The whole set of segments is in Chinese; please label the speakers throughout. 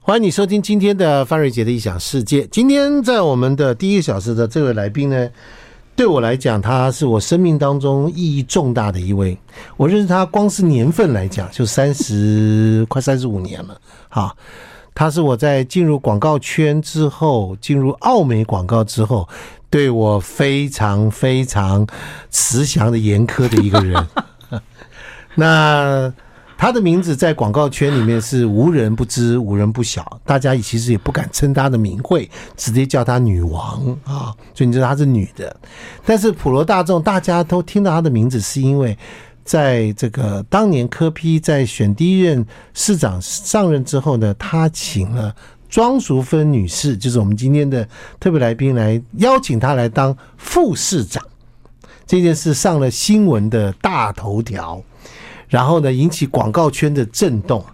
Speaker 1: 欢迎你收听今天的范瑞杰的异想世界。今天在我们的第一个小时的这位来宾呢，对我来讲，他是我生命当中意义重大的一位。我认识他，光是年份来讲，就三十快三十五年了。好，他是我在进入广告圈之后，进入澳美广告之后，对我非常非常慈祥的严苛的一个人。 那他的名字在广告圈里面是无人不知、无人不晓，大家其实也不敢称她的名讳，直接叫她女王啊。所以你知道她是女的，但是普罗大众大家都听到她的名字，是因为在这个当年柯批在选第一任市长上任之后呢，他请了。庄淑芬女士就是我们今天的特别来宾，来邀请她来当副市长。这件事上了新闻的大头条，然后呢，引起广告圈的震动。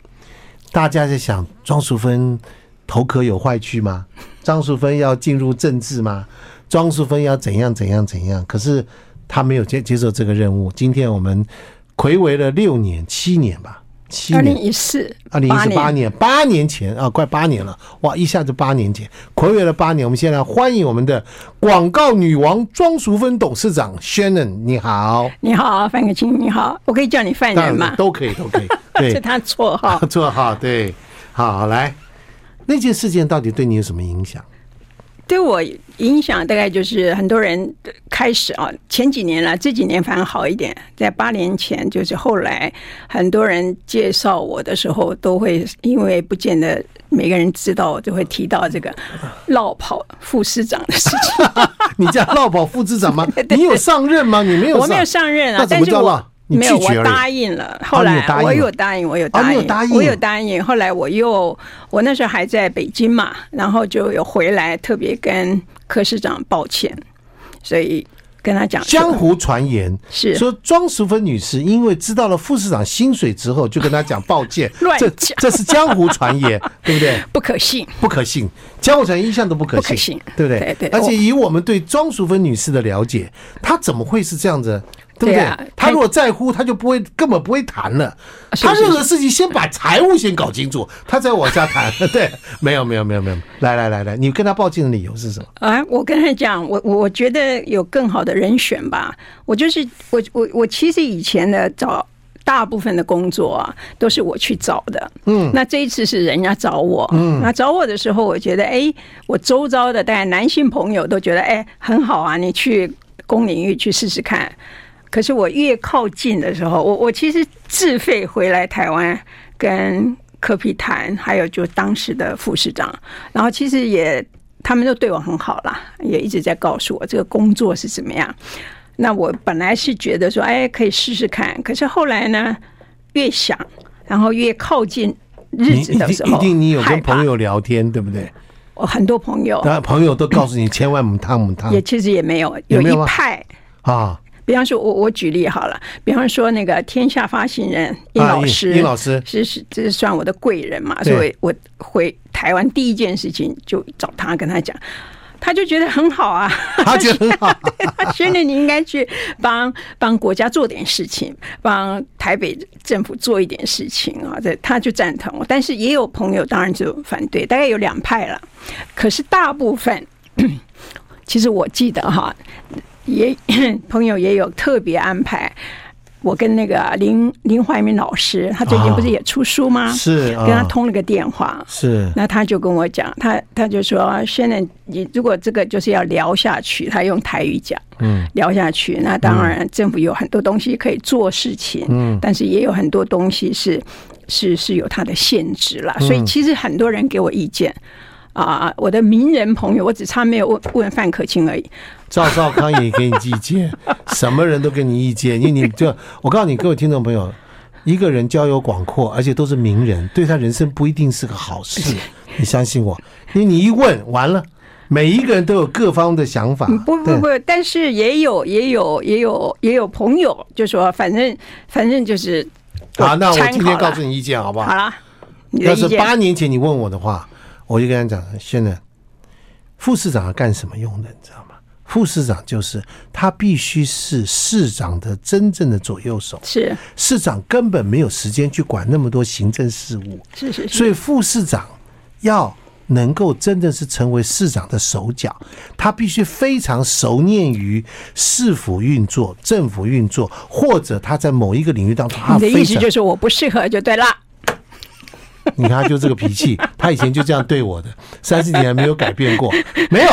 Speaker 1: 大家在想，庄淑芬头壳有坏去吗？张淑芬要进入政治吗？庄淑芬要怎样怎样怎样？可是她没有接接受这个任务。今天我们暌违了六年、七年吧，七
Speaker 2: 二
Speaker 1: 年
Speaker 2: 零一四，
Speaker 1: 二零一四八
Speaker 2: 年，
Speaker 1: 年，八年前啊，快八年了，哇，一下子八年前，暌违了八年。我们现在欢迎我们的广告女王庄淑芬董事长 Shannon，你好，
Speaker 2: 你好，范可清，你好，我可以叫你犯人 吗？
Speaker 1: 都可以，都可以，
Speaker 2: 是
Speaker 1: 对，。
Speaker 2: 他绰号
Speaker 1: 做好，对，好来，那件事件到底对你有什么影 响？
Speaker 2: 对我影响大概就是很多人开始啊，前几年了，这几年反而好一点。在八年前，就是后来很多人介绍我的时候，都会因为不见得每个人知道，我就会提到这个
Speaker 1: 啊
Speaker 2: 落跑副市长的事情。
Speaker 1: 你叫落跑副市长 吗？你有上任吗？你没有上，
Speaker 2: 我没有上任
Speaker 1: 那
Speaker 2: 啊，
Speaker 1: 怎
Speaker 2: 但
Speaker 1: 么
Speaker 2: 是
Speaker 1: 叫
Speaker 2: 我
Speaker 1: 落？你
Speaker 2: 没有，
Speaker 1: 拒
Speaker 2: 我
Speaker 1: 绝而
Speaker 2: 答
Speaker 1: 已。啊
Speaker 2: 应了。后来
Speaker 1: 答应
Speaker 2: 我
Speaker 1: 了
Speaker 2: 有答应，我有
Speaker 1: 哦
Speaker 2: 答
Speaker 1: 你有
Speaker 2: 应，
Speaker 1: 答应
Speaker 2: 我有答应。后来我又，我那时候还在北京嘛，然后就有回来，特别跟柯市长抱歉，所以跟他讲
Speaker 1: 江
Speaker 2: 说
Speaker 1: 湖传言
Speaker 2: 是，
Speaker 1: 说，庄淑芬女士因为知道了副市长薪水之后，就跟他讲抱歉
Speaker 2: 乱
Speaker 1: 这
Speaker 2: 讲
Speaker 1: 这是江湖传言，对不对？
Speaker 2: 不可信。
Speaker 1: 不可信，江湖传言一向都不可信，
Speaker 2: 不可信
Speaker 1: 对不对？
Speaker 2: 对对
Speaker 1: 而且以我们对庄淑芬女士的了解，她怎么会是这样子？对不
Speaker 2: 对
Speaker 1: 对
Speaker 2: 啊？
Speaker 1: 她
Speaker 2: 她啊
Speaker 1: 如果在乎，她就不会根本不会谈了。
Speaker 2: 是
Speaker 1: 她
Speaker 2: 是
Speaker 1: 任何事情先把财务先搞清楚，她再往下 谈。对，没有没有没有没有，来来来来，你跟她抱歉的理由是什么？
Speaker 2: 啊，我跟他讲，我我我觉得有更好的人选吧。我就是我我我其实以前的找大部分的工作啊，都是我去找的。嗯，那这一次是人家找我。嗯，那找我的时候，我觉得哎，我周遭的大概男性朋友都觉得哎很好啊，你去公领域去试试看。可是我越靠近的时候，我我其实自费回来台湾跟柯皮谈，还有就当时的副市长，然后其实也他们都对我很好啦，也一直在告诉我这个工作是怎么样。那我本来是觉得说，哎，可以试试看，可是后来呢，越想，然后越靠近日
Speaker 1: 你
Speaker 2: 子
Speaker 1: 一
Speaker 2: 的时
Speaker 1: 定
Speaker 2: 候，
Speaker 1: 一定你有跟朋
Speaker 2: 害怕，
Speaker 1: 友聊天，对不对？
Speaker 2: 我很多朋友
Speaker 1: 当然朋友都告诉你千万母汤母汤
Speaker 2: 也其实也没有，
Speaker 1: 有
Speaker 2: 有
Speaker 1: 没有
Speaker 2: 一
Speaker 1: 啊
Speaker 2: 派。
Speaker 1: 啊！
Speaker 2: 比方说我，我举例好了，比方说那个天下发行人殷
Speaker 1: 啊
Speaker 2: 老
Speaker 1: 殷
Speaker 2: 师，
Speaker 1: 殷老师
Speaker 2: 是是这是算我的贵人嘛，
Speaker 1: 对
Speaker 2: 所以我回台湾第一件事情就找他跟他讲，他就觉得很好啊，
Speaker 1: 他觉 得很好
Speaker 2: 对他觉得你应该去帮帮国家做点事情，帮台北政府做一点事情啊，这他就赞同我，但是也有朋友当然就反对，大概有两派了，可是大部分。 其实我记得哈，也朋友也有特别安排。我跟那个林林怀民老师，他最近
Speaker 1: 啊
Speaker 2: 不是也出书吗？
Speaker 1: 是啊
Speaker 2: 跟他通了个电话，
Speaker 1: 是
Speaker 2: 那他就跟我讲，他他就说，现在你如果这个就是要聊下去，他用台语讲，嗯，聊下去，那当然政府有很多东西可以做事情，嗯，但是也有很多东西是是是有它的限制啦，
Speaker 1: 嗯
Speaker 2: 所以其实很多人给我意见。啊，我的名人朋友，我只差没有问问范可清而已。
Speaker 1: 赵少康也给你意见，什么人都给你意见，因为你就我告诉你各位听众朋友，一个人交友广阔，而且都是名人，对他人生不一定是个好事，你相信我，因为你一问完了，每一个人都有各方的想法，
Speaker 2: 不
Speaker 1: 对
Speaker 2: 不不，但是也有也有也有也有朋友就说，反正反正就是
Speaker 1: 好，那我
Speaker 2: 参
Speaker 1: 今
Speaker 2: 考
Speaker 1: 天
Speaker 2: 啦
Speaker 1: 告诉你意见好不好
Speaker 2: 好？啦，你的
Speaker 1: 要
Speaker 2: 意
Speaker 1: 是
Speaker 2: 见
Speaker 1: 八年前你问我的话，我就跟他讲，现在副市长要干什么用的，你知道吗？副市长就是他必须是市长的真正的左右手，
Speaker 2: 是
Speaker 1: 市长根本没有时间去管那么多行政事务，
Speaker 2: 是是是
Speaker 1: 所以副市长要能够真正是成为市长的手脚，他必须非常熟念于市府运作、政府运作，或者他在某一个领域当中，他
Speaker 2: 你的
Speaker 1: 非
Speaker 2: 意思
Speaker 1: 常
Speaker 2: 就是我不适合就对了。
Speaker 1: 你看他就这个脾气，他以前就这样对我的，三十年还没有改变过。没有，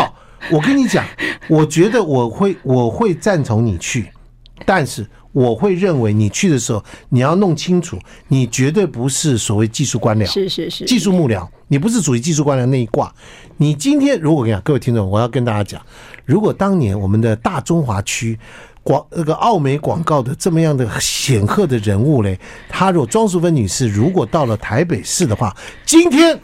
Speaker 1: 我跟你讲，我觉得我会我会赞同你去，但是我会认为你去的时候，你要弄清楚，你绝对不是所谓技术官僚。
Speaker 2: 是是是，
Speaker 1: 技术幕僚，你不是属于技术官僚那一挂。你今天如果我跟你讲，各位听众，我要跟大家讲，如果当年我们的大中华区广那个奥美广告的这么样的显赫的人物嘞，她如果庄淑芬女士如果到了台北市的话，今天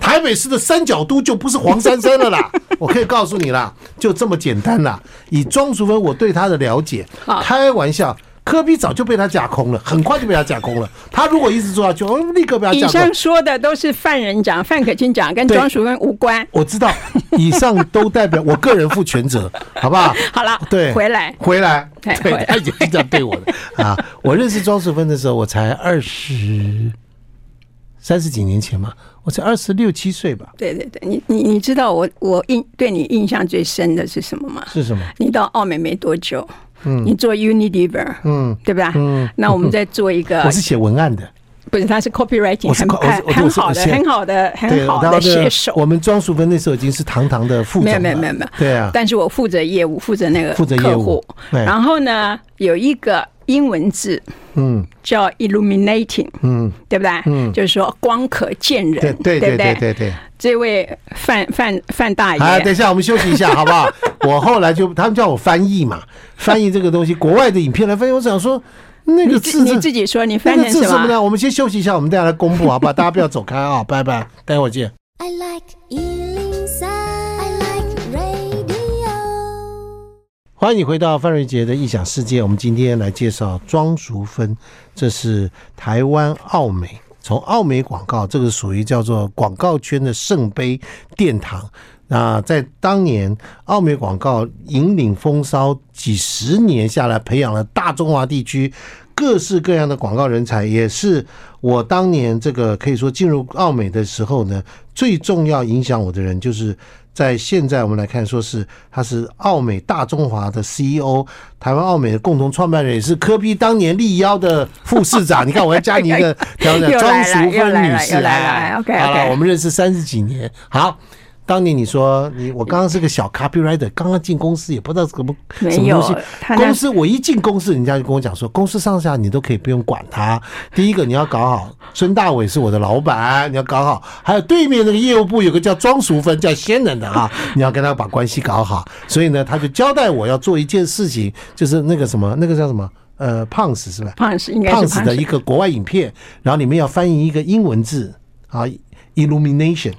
Speaker 1: 台北市的三角都就不是黄珊珊了 啦。我可以告诉你啦，就这么简单啦。以庄淑芬我对她的了解
Speaker 2: 好，
Speaker 1: 开玩笑。科比早就被他架空了，很快就被他架空了。他如果一直做下去，哦，立刻被他
Speaker 2: 以
Speaker 1: 架空。
Speaker 2: 上说的都是范人长、范可清长跟
Speaker 1: 对
Speaker 2: 庄淑芬无关。
Speaker 1: 我知道，以上都代表我个人负全 责，好不好？
Speaker 2: 好了，
Speaker 1: 对，
Speaker 2: 回来
Speaker 1: 回来，
Speaker 2: 对回
Speaker 1: 对，
Speaker 2: 来
Speaker 1: 他也是这样对我的啊。我认识庄淑芬的时候，我才二十三十几年前嘛，我才二十六七岁吧，
Speaker 2: 对对对，你你你知道我我印对你印象最深的是什么吗？
Speaker 1: 是什么？
Speaker 2: 你到澳美没多久，嗯，你做 Unilever，嗯，对吧？嗯，那我们再做一个
Speaker 1: 我，是写文案的，
Speaker 2: 不是，他是 copywriting，
Speaker 1: 我是
Speaker 2: 很
Speaker 1: 我是我
Speaker 2: 很很
Speaker 1: 是
Speaker 2: 好
Speaker 1: 我
Speaker 2: 的、
Speaker 1: 是
Speaker 2: 很好的、
Speaker 1: 对，
Speaker 2: 很好
Speaker 1: 然后
Speaker 2: 的
Speaker 1: 呢
Speaker 2: 写手。
Speaker 1: 我们庄淑芬那时候已经是堂堂的副总
Speaker 2: 没
Speaker 1: 了，
Speaker 2: 有没有没有没有，
Speaker 1: 对啊，
Speaker 2: 但是我负责业务，负责那个
Speaker 1: 负责业务哎
Speaker 2: 客户。
Speaker 1: 对
Speaker 2: 然后呢，有一个英文字
Speaker 1: 嗯
Speaker 2: 叫 illuminating，
Speaker 1: 嗯，
Speaker 2: 对不对？嗯，就是说光可见人，
Speaker 1: 对对
Speaker 2: 不
Speaker 1: 对对对对。
Speaker 2: 这位范范范大
Speaker 1: 哎，等
Speaker 2: 爷
Speaker 1: 一，下，我们休息一下，好不 好？我后来就他们叫我翻译嘛，翻译这个东西，国外的影片来翻译，我想说那
Speaker 2: 你
Speaker 1: 个
Speaker 2: 自
Speaker 1: 字
Speaker 2: 你
Speaker 1: 是
Speaker 2: 自己说你
Speaker 1: 那
Speaker 2: 翻
Speaker 1: 个
Speaker 2: 成
Speaker 1: 字
Speaker 2: 什
Speaker 1: 是什么
Speaker 2: 么？
Speaker 1: 呢？我们先休息一下，我们再来公布，好不好？大家不要走开啊，拜拜，待会儿见。
Speaker 3: I like Ealing Sound. I like radio.
Speaker 1: 欢迎你回到范瑞杰的异想世界。我们今天来介绍庄淑芬，这是台湾奥美，从奥美广告，这个属于叫做广告圈的圣杯殿堂。那在当年，奥美广告引领风骚，几十年下来，培养了大中华地区各式各样的广告人才，也是我当年这个可以说进入奥美的时候呢，最重要影响我的人，就是在现在我们来看，说是他是奥美大中华的 CEO，台湾奥美的共同创办人，也是科比当年力邀的副市长。你看，我还加你一个条件，
Speaker 2: 又来
Speaker 1: 庄
Speaker 2: 了
Speaker 1: 淑芬
Speaker 2: 又来了
Speaker 1: 女士，
Speaker 2: 又来了
Speaker 1: 哎
Speaker 2: OK，OK
Speaker 1: 好了，我们认识三十几年，好。当年你说你我刚刚是个小 copywriter，刚刚进公司也不知道什么
Speaker 2: 没
Speaker 1: 什么
Speaker 2: 有
Speaker 1: 东西。
Speaker 2: 他那
Speaker 1: 公司我一进公司，人家就跟我讲说，公司上下你都可以不用管他。第一个你要搞好，孙大伟是我的老板，你要搞好。还有对面那个业务部有个叫庄淑芬，叫仙人的啊，你要跟他把关系搞好。所以呢，他就交代我要做一件事情，就是那个什么，那个叫什么，呃，胖死是吧？
Speaker 2: 胖是应该
Speaker 1: 胖
Speaker 2: 是
Speaker 1: 子
Speaker 2: 胖
Speaker 1: 的
Speaker 2: 子
Speaker 1: 一个国外影片，然后里面要翻译一个英文字啊，illumination。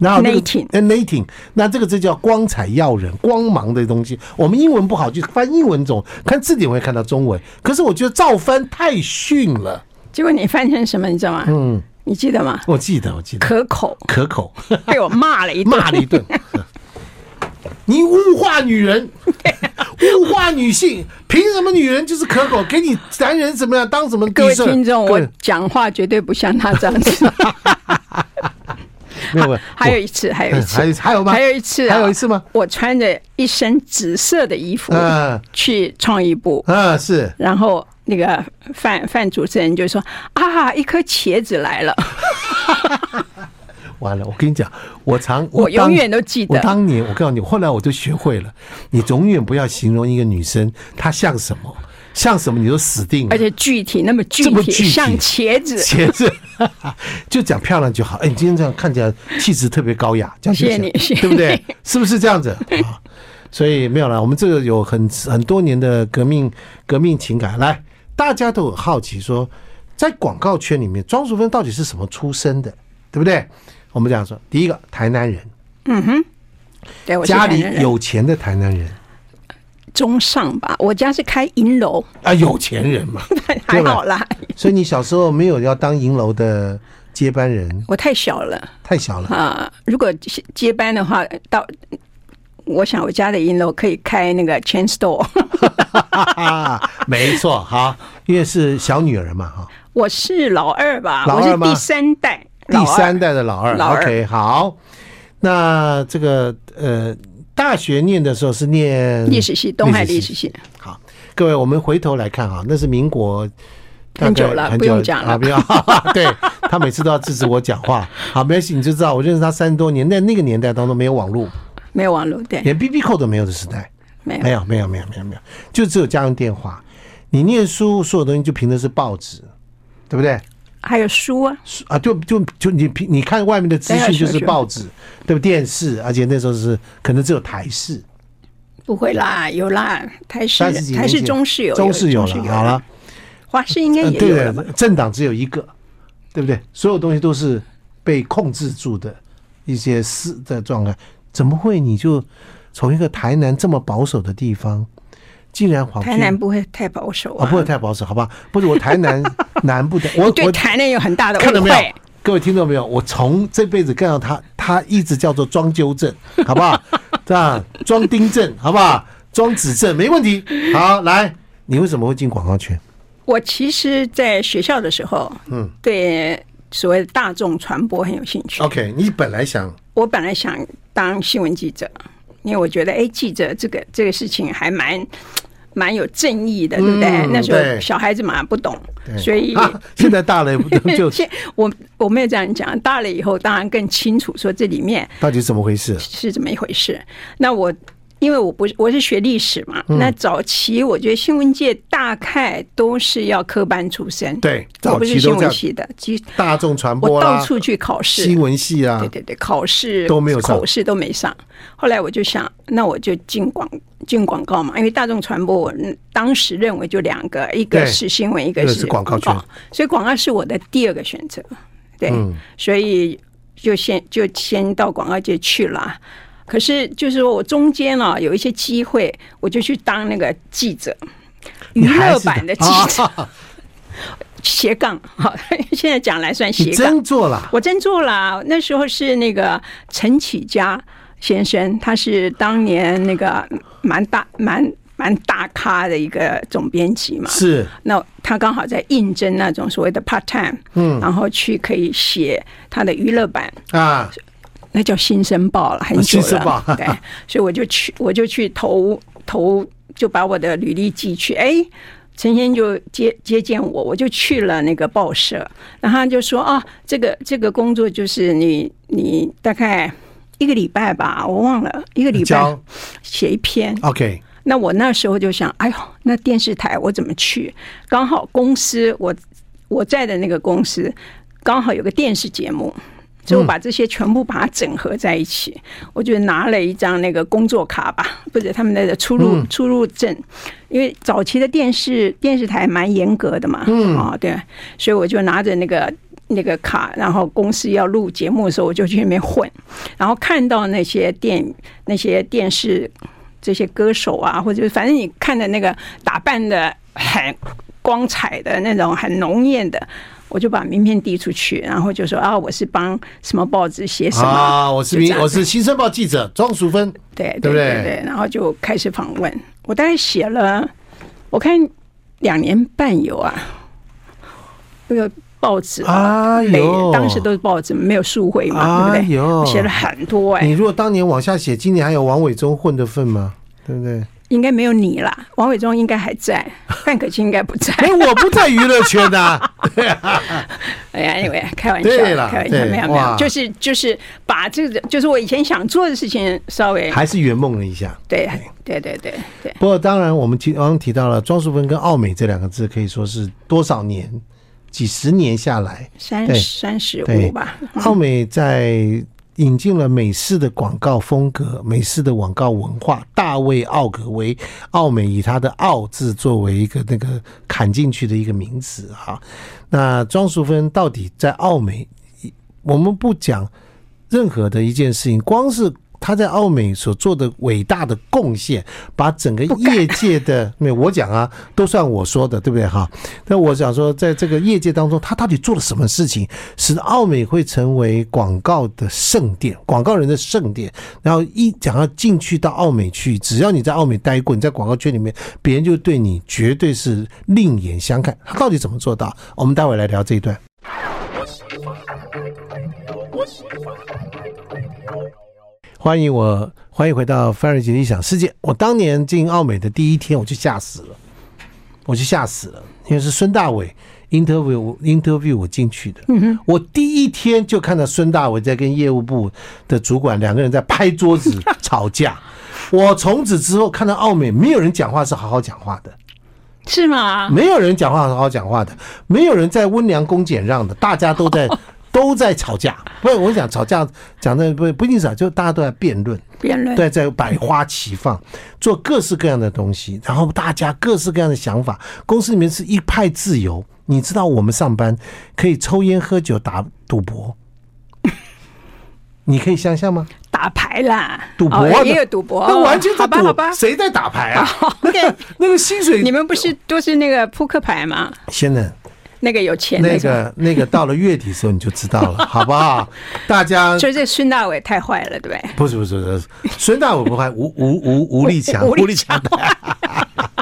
Speaker 1: 然后那个
Speaker 2: Nating
Speaker 1: n a t i n g 那这个字叫光彩耀人、光芒的东西。我们英文不好，就翻英文总看字典会看到中文。可是我觉得照翻太逊了。
Speaker 2: 结果你翻成什么，你知道吗？嗯，你记得吗？
Speaker 1: 我记得，我记得，
Speaker 2: 可口
Speaker 1: 可 口
Speaker 2: 被我骂了一 顿，
Speaker 1: 骂了一顿，你物化女人，物化女性，凭什么女人就是可口？给你男人怎么样当什么
Speaker 2: 各
Speaker 1: 地
Speaker 2: 位
Speaker 1: 色？
Speaker 2: 听众，我
Speaker 1: 对
Speaker 2: 讲话绝对不像他这样子。
Speaker 1: 没有没有，
Speaker 2: 还有一次，还有一
Speaker 1: 哎
Speaker 2: 次，
Speaker 1: 还有还有吗
Speaker 2: 还有一次啊，
Speaker 1: 还有一次吗
Speaker 2: 我穿着一身紫色的衣服
Speaker 1: 嗯
Speaker 2: 去创意部，
Speaker 1: 啊是。
Speaker 2: 然后那个范范主持人就说：“啊，一颗茄子来了。
Speaker 1: 嗯完了，我跟你讲，我常
Speaker 2: 我永
Speaker 1: 当
Speaker 2: 远都记得
Speaker 1: 我当年我告诉你，后来我就学会了，你永远不要形容一个女生她像什么，像什么你都死定”了。
Speaker 2: 而且具体那么具
Speaker 1: 这么
Speaker 2: 体，
Speaker 1: 具体
Speaker 2: 像茄子。
Speaker 1: 茄子， 就讲漂亮就好。哎，你今天这样看起来气质特别高雅，这样就
Speaker 2: 谢谢
Speaker 1: 行
Speaker 2: 你谢谢
Speaker 1: 对不对？是不是这样子 啊？所以没有了，我们这个有很很多年的革命革命情感。来，大家都很好奇说，在广告圈里面，庄淑芬到底是什么出身的，对不对？我们这样说，第一个台南人，
Speaker 2: 对，我是
Speaker 1: 家
Speaker 2: 台
Speaker 1: 里
Speaker 2: 南人
Speaker 1: 有钱的台南人
Speaker 2: 中上吧，我家是开银楼，
Speaker 1: 啊，有钱人 嘛，
Speaker 2: 还好啦，
Speaker 1: 所以你小时候没有要当银楼的接班人，
Speaker 2: 我太小了。
Speaker 1: 太小 了。
Speaker 2: 啊、如果接接班的话，到我想我家的银楼可以开那个 chain store。
Speaker 1: 啊，没错，哈，因为是小女儿嘛，哈，
Speaker 2: 我是老二吧，
Speaker 1: 老
Speaker 2: 我
Speaker 1: 二
Speaker 2: 是
Speaker 1: 吗
Speaker 2: 第三代，
Speaker 1: 第
Speaker 2: 老二
Speaker 1: 三代的老二。
Speaker 2: 老二
Speaker 1: OK，好。那这个呃，大学念的时候是念
Speaker 2: 历史系，东海历
Speaker 1: 嗯系
Speaker 2: 史系，
Speaker 1: 好，各位，我们回头来看啊，那是民国
Speaker 2: 很久了
Speaker 1: 大概很
Speaker 2: 不用讲了
Speaker 1: 啊不要。 对他每次都要制止我讲话，好，没关系，你就知道我认识他三十多年，在那个年代当中没有网络，
Speaker 2: 没有网络，对，
Speaker 1: 连 B B 扣都没有的时代，
Speaker 2: 没
Speaker 1: 没
Speaker 2: 有，
Speaker 1: 有，没有，没有，没有，没有，就只有家用电话。你念书，所有东西就凭的是报纸，对不对？
Speaker 2: 还有书啊，
Speaker 1: 书啊，就就就你凭你看外面的资
Speaker 2: 对啊
Speaker 1: 讯就是是
Speaker 2: 是
Speaker 1: 报纸，对不？电视，而且那时候是可能只有台视，
Speaker 2: 不会啦，有啦，台式
Speaker 1: 三十几年
Speaker 2: 台式
Speaker 1: 前
Speaker 2: 中式有，
Speaker 1: 中视有了，好了。，
Speaker 2: 华视应该
Speaker 1: 嗯，
Speaker 2: 也
Speaker 1: 对
Speaker 2: 有了吧？
Speaker 1: 的，政党只有一个，对不对？所有东西都是被控制住的一些私的状态，怎么会你就从一个台南这么保守的地方，竟然跑去
Speaker 2: 台南不会太保守
Speaker 1: 啊
Speaker 2: 啊，
Speaker 1: 不会太保守，好吧？不是我台 南南部的，我
Speaker 2: 你对
Speaker 1: 我
Speaker 2: 台南有很大的
Speaker 1: 看到
Speaker 2: 误
Speaker 1: 没有
Speaker 2: 会。？
Speaker 1: 各位听到没有？我从这辈子看到他，他一直叫做装纠正，好不好？这样装丁正，好不好？装子正没问题。好，来，你为什么会进广告圈？
Speaker 2: 我其实，在学校的时候，嗯，对所谓的大众传播很有兴趣。
Speaker 1: OK，你本来想
Speaker 2: 我本来想当新闻记者，因为我觉得，哎，记者这个这个事情还蛮蛮有正义的，对不对？
Speaker 1: 嗯
Speaker 2: 那时候
Speaker 1: 对
Speaker 2: 小孩子嘛不懂，
Speaker 1: 对
Speaker 2: 所以。
Speaker 1: 啊、现在大了 也不就
Speaker 2: 现我我没有这样讲，大了以后当然更清楚说这里面
Speaker 1: 到底是怎么回事？
Speaker 2: 是怎么一回事。那我因为我不是我是学历史嘛，
Speaker 1: 嗯
Speaker 2: 那早期我觉得新闻界大概都是要科班出身，
Speaker 1: 对
Speaker 2: 我
Speaker 1: 早
Speaker 2: 不是
Speaker 1: 期都
Speaker 2: 新
Speaker 1: 这
Speaker 2: 闻
Speaker 1: 样
Speaker 2: 系的，其实
Speaker 1: 大众传播
Speaker 2: 我
Speaker 1: 啦，
Speaker 2: 到处去考试，
Speaker 1: 新闻系啊
Speaker 2: 对，对对，考试
Speaker 1: 都没有上
Speaker 2: 口试都没上。后来我就想，那我就进广进广告嘛，因为大众传播，我嗯当时认为就两个，一个
Speaker 1: 对
Speaker 2: 是新闻，一
Speaker 1: 一
Speaker 2: 个
Speaker 1: 个
Speaker 2: 是
Speaker 1: 是广告圈嗯
Speaker 2: 所以广告是我的第二个选择。对，所以就先就先到广告界去了。可是就是说我中间啊有一些机会，我就去当那个记者，娱
Speaker 1: 你还
Speaker 2: 乐
Speaker 1: 是
Speaker 2: 版的记者，
Speaker 1: 啊
Speaker 2: 斜杠。好， 现在讲来算斜
Speaker 1: 你
Speaker 2: 杠。
Speaker 1: 真做了，
Speaker 2: 我真做了，那时候是那个陈启佳先生，他是当年那个蛮大蛮蛮大咖的一个总编辑嘛。
Speaker 1: 是
Speaker 2: 那他刚好在应征那种所谓的 part time，嗯，然后去可以写他的娱乐版，
Speaker 1: 啊，
Speaker 2: 那叫《新生报》了，很久
Speaker 1: 新
Speaker 2: 了。
Speaker 1: 生报
Speaker 2: 对，所以我就 去，我就去投投，就把我的履历寄去。哎，陈先生就接接见我，我就去了那个报社，然后他就说啊，这个这个工作就是你你大概一个礼拜吧，我忘了一个礼拜
Speaker 1: 交
Speaker 2: 写一篇。
Speaker 1: OK，
Speaker 2: 那我那时候就想，哎呦，那电视台我怎么去？刚好公司我我在的那个公司刚好有个电视节目，所以我把这些全部把它整合在一起。我就拿了一张那个工作卡吧，不是他们那个出入、出入证，因为早期的电视电视台蛮严格的嘛，嗯啊、对，所以我就拿着那个。那个卡，然后公司要录节目的时候，我就去那边混，然后看到那些电那些电视这些歌手啊，或者是反正你看的那个打扮的很光彩的那种，很浓艳的，我就把名片递出去，然后就说啊，我是帮什么报纸 写什么
Speaker 1: 啊，我是
Speaker 2: 就这
Speaker 1: 民
Speaker 2: 样
Speaker 1: 我是新生报记者庄淑芬，
Speaker 2: 对
Speaker 1: 对
Speaker 2: 对
Speaker 1: 不对
Speaker 2: 对对，然后就开始访问。我大概写了，我看两年半有啊，那个报纸
Speaker 1: 哎
Speaker 2: 累
Speaker 1: 呦
Speaker 2: 当时都是报纸，没有数回
Speaker 1: 哎
Speaker 2: 嘛，对不对？
Speaker 1: 呦
Speaker 2: 我写了很多哎、
Speaker 1: 你如果当年往下写，今年还有王伟忠混的份吗？对不对？
Speaker 2: 应该没有你啦，王伟忠应该还在，范可清应该不在。
Speaker 1: 哎，我不在娱乐圈啊呐、
Speaker 2: 哎呀，因为开玩笑
Speaker 1: 对啦，
Speaker 2: 开玩笑，
Speaker 1: 对
Speaker 2: 没有没
Speaker 1: 哇
Speaker 2: 有，就是就是把这个，就是我以前想做的事情稍 微
Speaker 1: 还是圆梦了一下。
Speaker 2: 对对对对对，
Speaker 1: 不过当然，我们提刚刚提到了庄淑芬跟奥美这两个字，可以说是多少年、几十年下来，
Speaker 2: 三
Speaker 1: 对
Speaker 2: 三十
Speaker 1: 对
Speaker 2: 五吧，
Speaker 1: 奥美在引进了美式的广告风格、美式的广告文化。大卫·奥格威，奥美以他的“奥”字作为一个那个砍进去的一个名词哈。那庄淑芬到底在奥美？我们不讲任何的一件事情，光是他在奥美所做的伟大的贡献，把整个业界的没有我讲啊，都算我说的，对不对哈？那我想说，在这个业界当中，他到底做了什么事情，使得奥美会成为广告的圣殿，广告人的圣殿？然后一讲要进去到奥美去，只要你在奥美待过，你在广告圈里面，别人就对你绝对是另眼相看。他到底怎么做到？我们待会来聊这一段。欢迎我，欢迎回到范瑞杰理想世界。我当年进奥美的第一天，我就吓死了，我就吓死了，因为是孙大伟 interview interview 我进去的。嗯哼，我第一天就看到孙大伟在跟业务部的主管两个人在拍桌 子吵架。我从此之后看到奥美，没有人讲话是好好讲话 的，
Speaker 2: 是吗？
Speaker 1: 没有人讲话好好讲话的，没有人在温良恭俭让的，大家都 在都在吵架。不是，我想吵架讲的不不一定是吵，就大家都在辩论。
Speaker 2: 辩论
Speaker 1: 对，在百花齐放，做各式各样的东西，然后大家各式各样的想法，公司里面是一派自由。你知道我们上班可以抽烟、喝酒、打赌博，你可以想象吗？
Speaker 2: 打牌啦，
Speaker 1: 赌博、
Speaker 2: 哦、也有赌博，哦
Speaker 1: 那完全在
Speaker 2: 好吧
Speaker 1: 赌，
Speaker 2: 好吧。
Speaker 1: 谁在打牌啊？那个那个薪水，
Speaker 2: 你们不是都是那个扑克牌吗？
Speaker 1: 先生，
Speaker 2: 那个有钱
Speaker 1: 那
Speaker 2: 种，
Speaker 1: 个那个到了月底的时候你就知道了，好不好？大家
Speaker 2: 所以这孙大伟太坏了，对不对？
Speaker 1: 不是不是不是，孙大伟不坏，吴吴吴吴立强，
Speaker 2: 吴立
Speaker 1: 强的，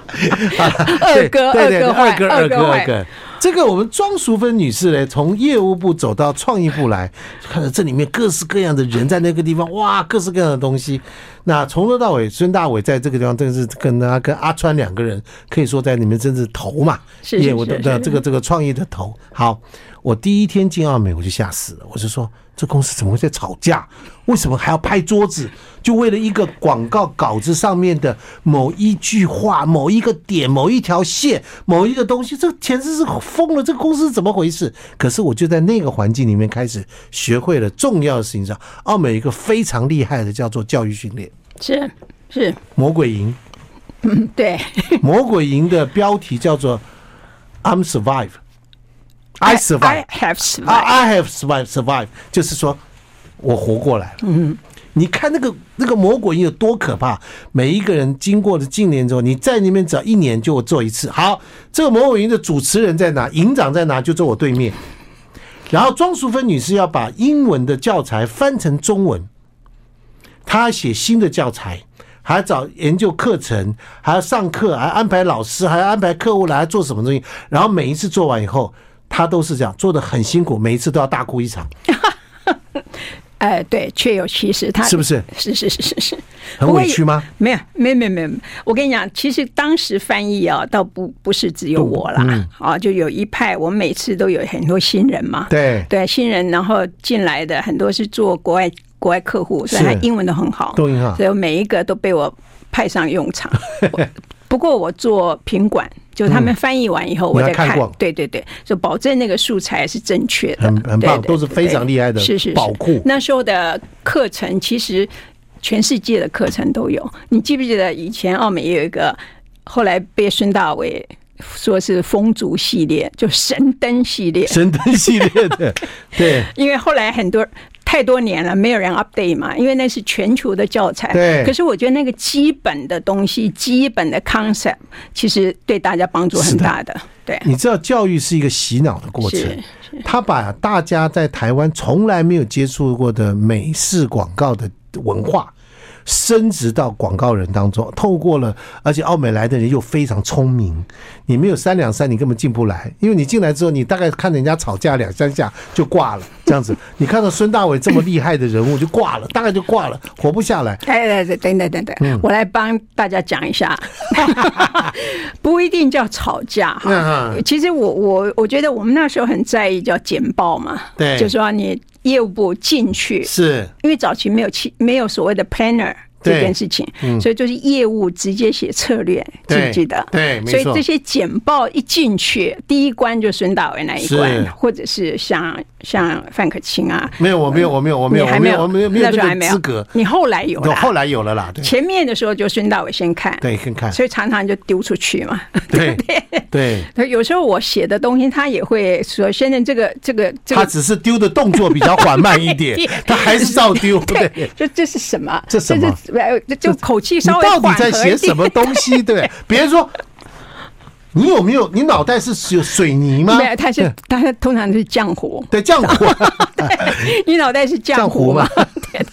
Speaker 2: 二哥
Speaker 1: 对对对二
Speaker 2: 二哥
Speaker 1: 哥，
Speaker 2: 坏
Speaker 1: 二哥，
Speaker 2: 二哥坏
Speaker 1: 二哥。这个我们庄淑芬女士呢，从业务部走到创意部来，看到这里面各式各样的人在那个地方，哇，各式各样的东西。那从头到尾，孙大伟在这个地方真是跟他跟阿川两个人，可以说在里面真是头嘛，
Speaker 2: 是是
Speaker 1: 业务的对
Speaker 2: 是是
Speaker 1: 呃这个这个创意的头。好，我第一天进奥美我就吓死了，我就说这公司怎么会在吵架？为什么还要拍桌子？就为了一个广告稿子上面的某一句话、某一个点、某一条线、某一个东西，这简直是疯了！这个公司是怎么回事？可是我就在那个环境里面开始学会了重要的事情上，奥啊美有一个非常厉害的叫做教育训练，
Speaker 2: 是是，
Speaker 1: 魔鬼营。
Speaker 2: 嗯，对，
Speaker 1: 魔鬼营的标题叫做 "I'm survive, I survive,
Speaker 2: I have survived，
Speaker 1: 啊 I I have survived, survive"，就是说我活过来了。嗯，你看那个那个魔鬼营有多可怕？每一个人经过了近年之后，你在那边只要一年就做一次。好，这个魔鬼营的主持人在哪？营长在哪？就坐我对面。然后庄淑芬女士要把英文的教材翻成中文，她写新的教材，还要找研究课程，还要上课，还要安排老师，还要安排客户来做什么东西。然后每一次做完以后，她都是这样做的，很辛苦，每一次都要大哭一场，
Speaker 2: 哎，对，确有其事，他
Speaker 1: 是不是？
Speaker 2: 是是是是是，
Speaker 1: 很
Speaker 2: 不过
Speaker 1: 委屈吗？
Speaker 2: 没有，没有，没有，没有。我跟你讲，其实当时翻译啊，倒不不是只有我啦，
Speaker 1: 嗯
Speaker 2: 啊，就有一派，我们每次都有很多新人嘛，
Speaker 1: 对，
Speaker 2: 对，新人然后进来的很多是做国外国外客户，所以
Speaker 1: 是
Speaker 2: 他英文都很好，
Speaker 1: 都很好
Speaker 2: 所以每一个都被我派上用 场。我不过我做品管，就是他们翻译完以后，
Speaker 1: 嗯
Speaker 2: 我
Speaker 1: 你
Speaker 2: 再
Speaker 1: 要看过
Speaker 2: 对对对，就保证那个素材是正确的，
Speaker 1: 很很棒
Speaker 2: 对对
Speaker 1: 都是非常
Speaker 2: 对
Speaker 1: 厉害的
Speaker 2: 是是是
Speaker 1: 宝库
Speaker 2: 那时候的课程其实全世界的课程都有，你记不记得以前奥美也有一个，后来被孙大伟。说是风烛系列，就神灯系列，
Speaker 1: 神灯系列 的，对
Speaker 2: 因为后来很多太多年了，没有人 update 嘛，因为那是全球的教材。
Speaker 1: 对
Speaker 2: 可是我觉得那个基本的东西，基本的 concept，其实对大家帮助很大的。对，
Speaker 1: 你知道教育是一个洗脑的过程
Speaker 2: 是，
Speaker 1: 他把大家在台湾从来没有接触过的美式广告的文化。升值到广告人当中，透过了，而且奥美来的人又非常聪明，你没有三两三，你根本进不来，因为你进来之后，你大概看人家吵架两三下就挂了， 这样子。你看到孙大伟这么厉害的人物就挂了，大概就挂了，活不下 来。
Speaker 2: 哎哎，哎等等等等，
Speaker 1: 嗯
Speaker 2: 我来帮大家讲 一下，不一定叫吵架哈
Speaker 1: 嗯。
Speaker 2: 其实我我我觉得我们那时候很在意叫简报嘛，
Speaker 1: 对
Speaker 2: 就说你业务部进去
Speaker 1: 是
Speaker 2: 因为早期没有其没有所谓的 planner
Speaker 1: 对嗯
Speaker 2: 这件事情，所以就是业务直接写策略，记
Speaker 1: 对
Speaker 2: 不记得？
Speaker 1: 对没
Speaker 2: 所以
Speaker 1: 错
Speaker 2: 这些简报一进去，第一关就孙大伟那一关
Speaker 1: 是，
Speaker 2: 或者是像像范可清啊，
Speaker 1: 没有，我没有，我没有，我哦没有，
Speaker 2: 你
Speaker 1: 我
Speaker 2: 还
Speaker 1: 没
Speaker 2: 没
Speaker 1: 有，我没有，没有
Speaker 2: 那时候还
Speaker 1: 那个
Speaker 2: 没有
Speaker 1: 资格。
Speaker 2: 你后来有
Speaker 1: 对
Speaker 2: 了，
Speaker 1: 后来有了啦，对
Speaker 2: 前面的时候就孙大伟先 看，
Speaker 1: 对，看看，
Speaker 2: 所以常常就丢出去嘛，
Speaker 1: 对
Speaker 2: 不对？
Speaker 1: 对，
Speaker 2: 对有时候我写的东西，他也会说：“先生，这个这个这
Speaker 1: 他
Speaker 2: 个，
Speaker 1: 只是丢的动作比较缓慢一点
Speaker 2: 对，
Speaker 1: 他还是照丢。
Speaker 2: 对
Speaker 1: 对，，
Speaker 2: 这这是什么？
Speaker 1: 这什么
Speaker 2: 是呃就口气
Speaker 1: 你
Speaker 2: 稍微
Speaker 1: 到底
Speaker 2: 缓和
Speaker 1: 在
Speaker 2: 一
Speaker 1: 写
Speaker 2: 点。
Speaker 1: 什么东西？对，别人说你有没有？你脑袋是有水泥吗？
Speaker 2: 没有，他是他是通常是浆糊，
Speaker 1: 对，这样过
Speaker 2: 你脑袋是浆糊嘛
Speaker 1: 嗯浆？
Speaker 2: 对对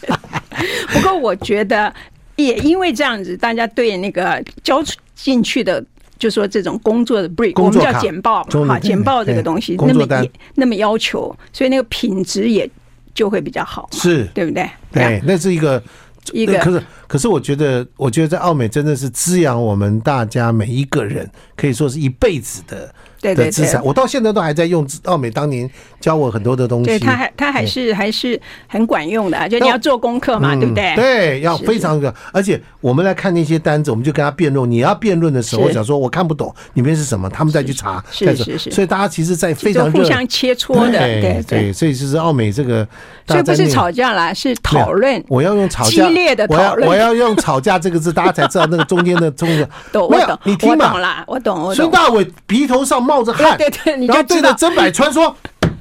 Speaker 2: 对。不过我觉得也因为这样子，大家对那个交出进去的。就说这种工作的 brief，
Speaker 1: 工
Speaker 2: 我们
Speaker 1: 作
Speaker 2: 叫
Speaker 1: 卡
Speaker 2: 简报嘛
Speaker 1: 中文
Speaker 2: 哈，简报这个东西
Speaker 1: 对工
Speaker 2: 那么
Speaker 1: 作单
Speaker 2: 也那么要求，所以那个品质也就会比较好嘛，
Speaker 1: 是
Speaker 2: 对不对？
Speaker 1: 对，那是一个
Speaker 2: 一个
Speaker 1: 可是可是我觉得，我觉得在澳美真的是滋养我们大家每一个人，可以说是一辈子的
Speaker 2: 对
Speaker 1: 的
Speaker 2: 对
Speaker 1: 资
Speaker 2: 对。
Speaker 1: 产。我到现在都还在用澳美当年教我很多的东西。
Speaker 2: 对，它还它还是还是很管用的啊，就你要做功课嘛，对不对？
Speaker 1: 嗯对，要
Speaker 2: 是
Speaker 1: 非常的，而且我们来看那些单子，我们就跟他辩论。你要辩论的时候，
Speaker 2: 是
Speaker 1: 我想说我看不懂里面是什么，他们再去查。
Speaker 2: 是
Speaker 1: 再说
Speaker 2: 是是
Speaker 1: 所以大家其实，在非
Speaker 2: 就
Speaker 1: 常
Speaker 2: 互
Speaker 1: 热
Speaker 2: 相切磋的，
Speaker 1: 对
Speaker 2: 对对。
Speaker 1: 所以就是澳美这个，
Speaker 2: 所以
Speaker 1: 大家
Speaker 2: 不
Speaker 1: 在
Speaker 2: 是
Speaker 1: 那
Speaker 2: 吵架啦，是
Speaker 1: 没有
Speaker 2: 讨论。
Speaker 1: 我要用吵架
Speaker 2: 激烈地
Speaker 1: 我要
Speaker 2: 讨论
Speaker 1: 我要用吵架这个字，大家才知道那个中间的中 间
Speaker 2: 懂，
Speaker 1: 没
Speaker 2: 我
Speaker 1: 有
Speaker 2: 懂，
Speaker 1: 你听
Speaker 2: 我懂
Speaker 1: 嘛，
Speaker 2: 啦，我懂，我
Speaker 1: 孙
Speaker 2: 懂。
Speaker 1: 大伟鼻头上冒着汗，
Speaker 2: 对对对你就
Speaker 1: 然后对
Speaker 2: 知道
Speaker 1: 着曾百川 说。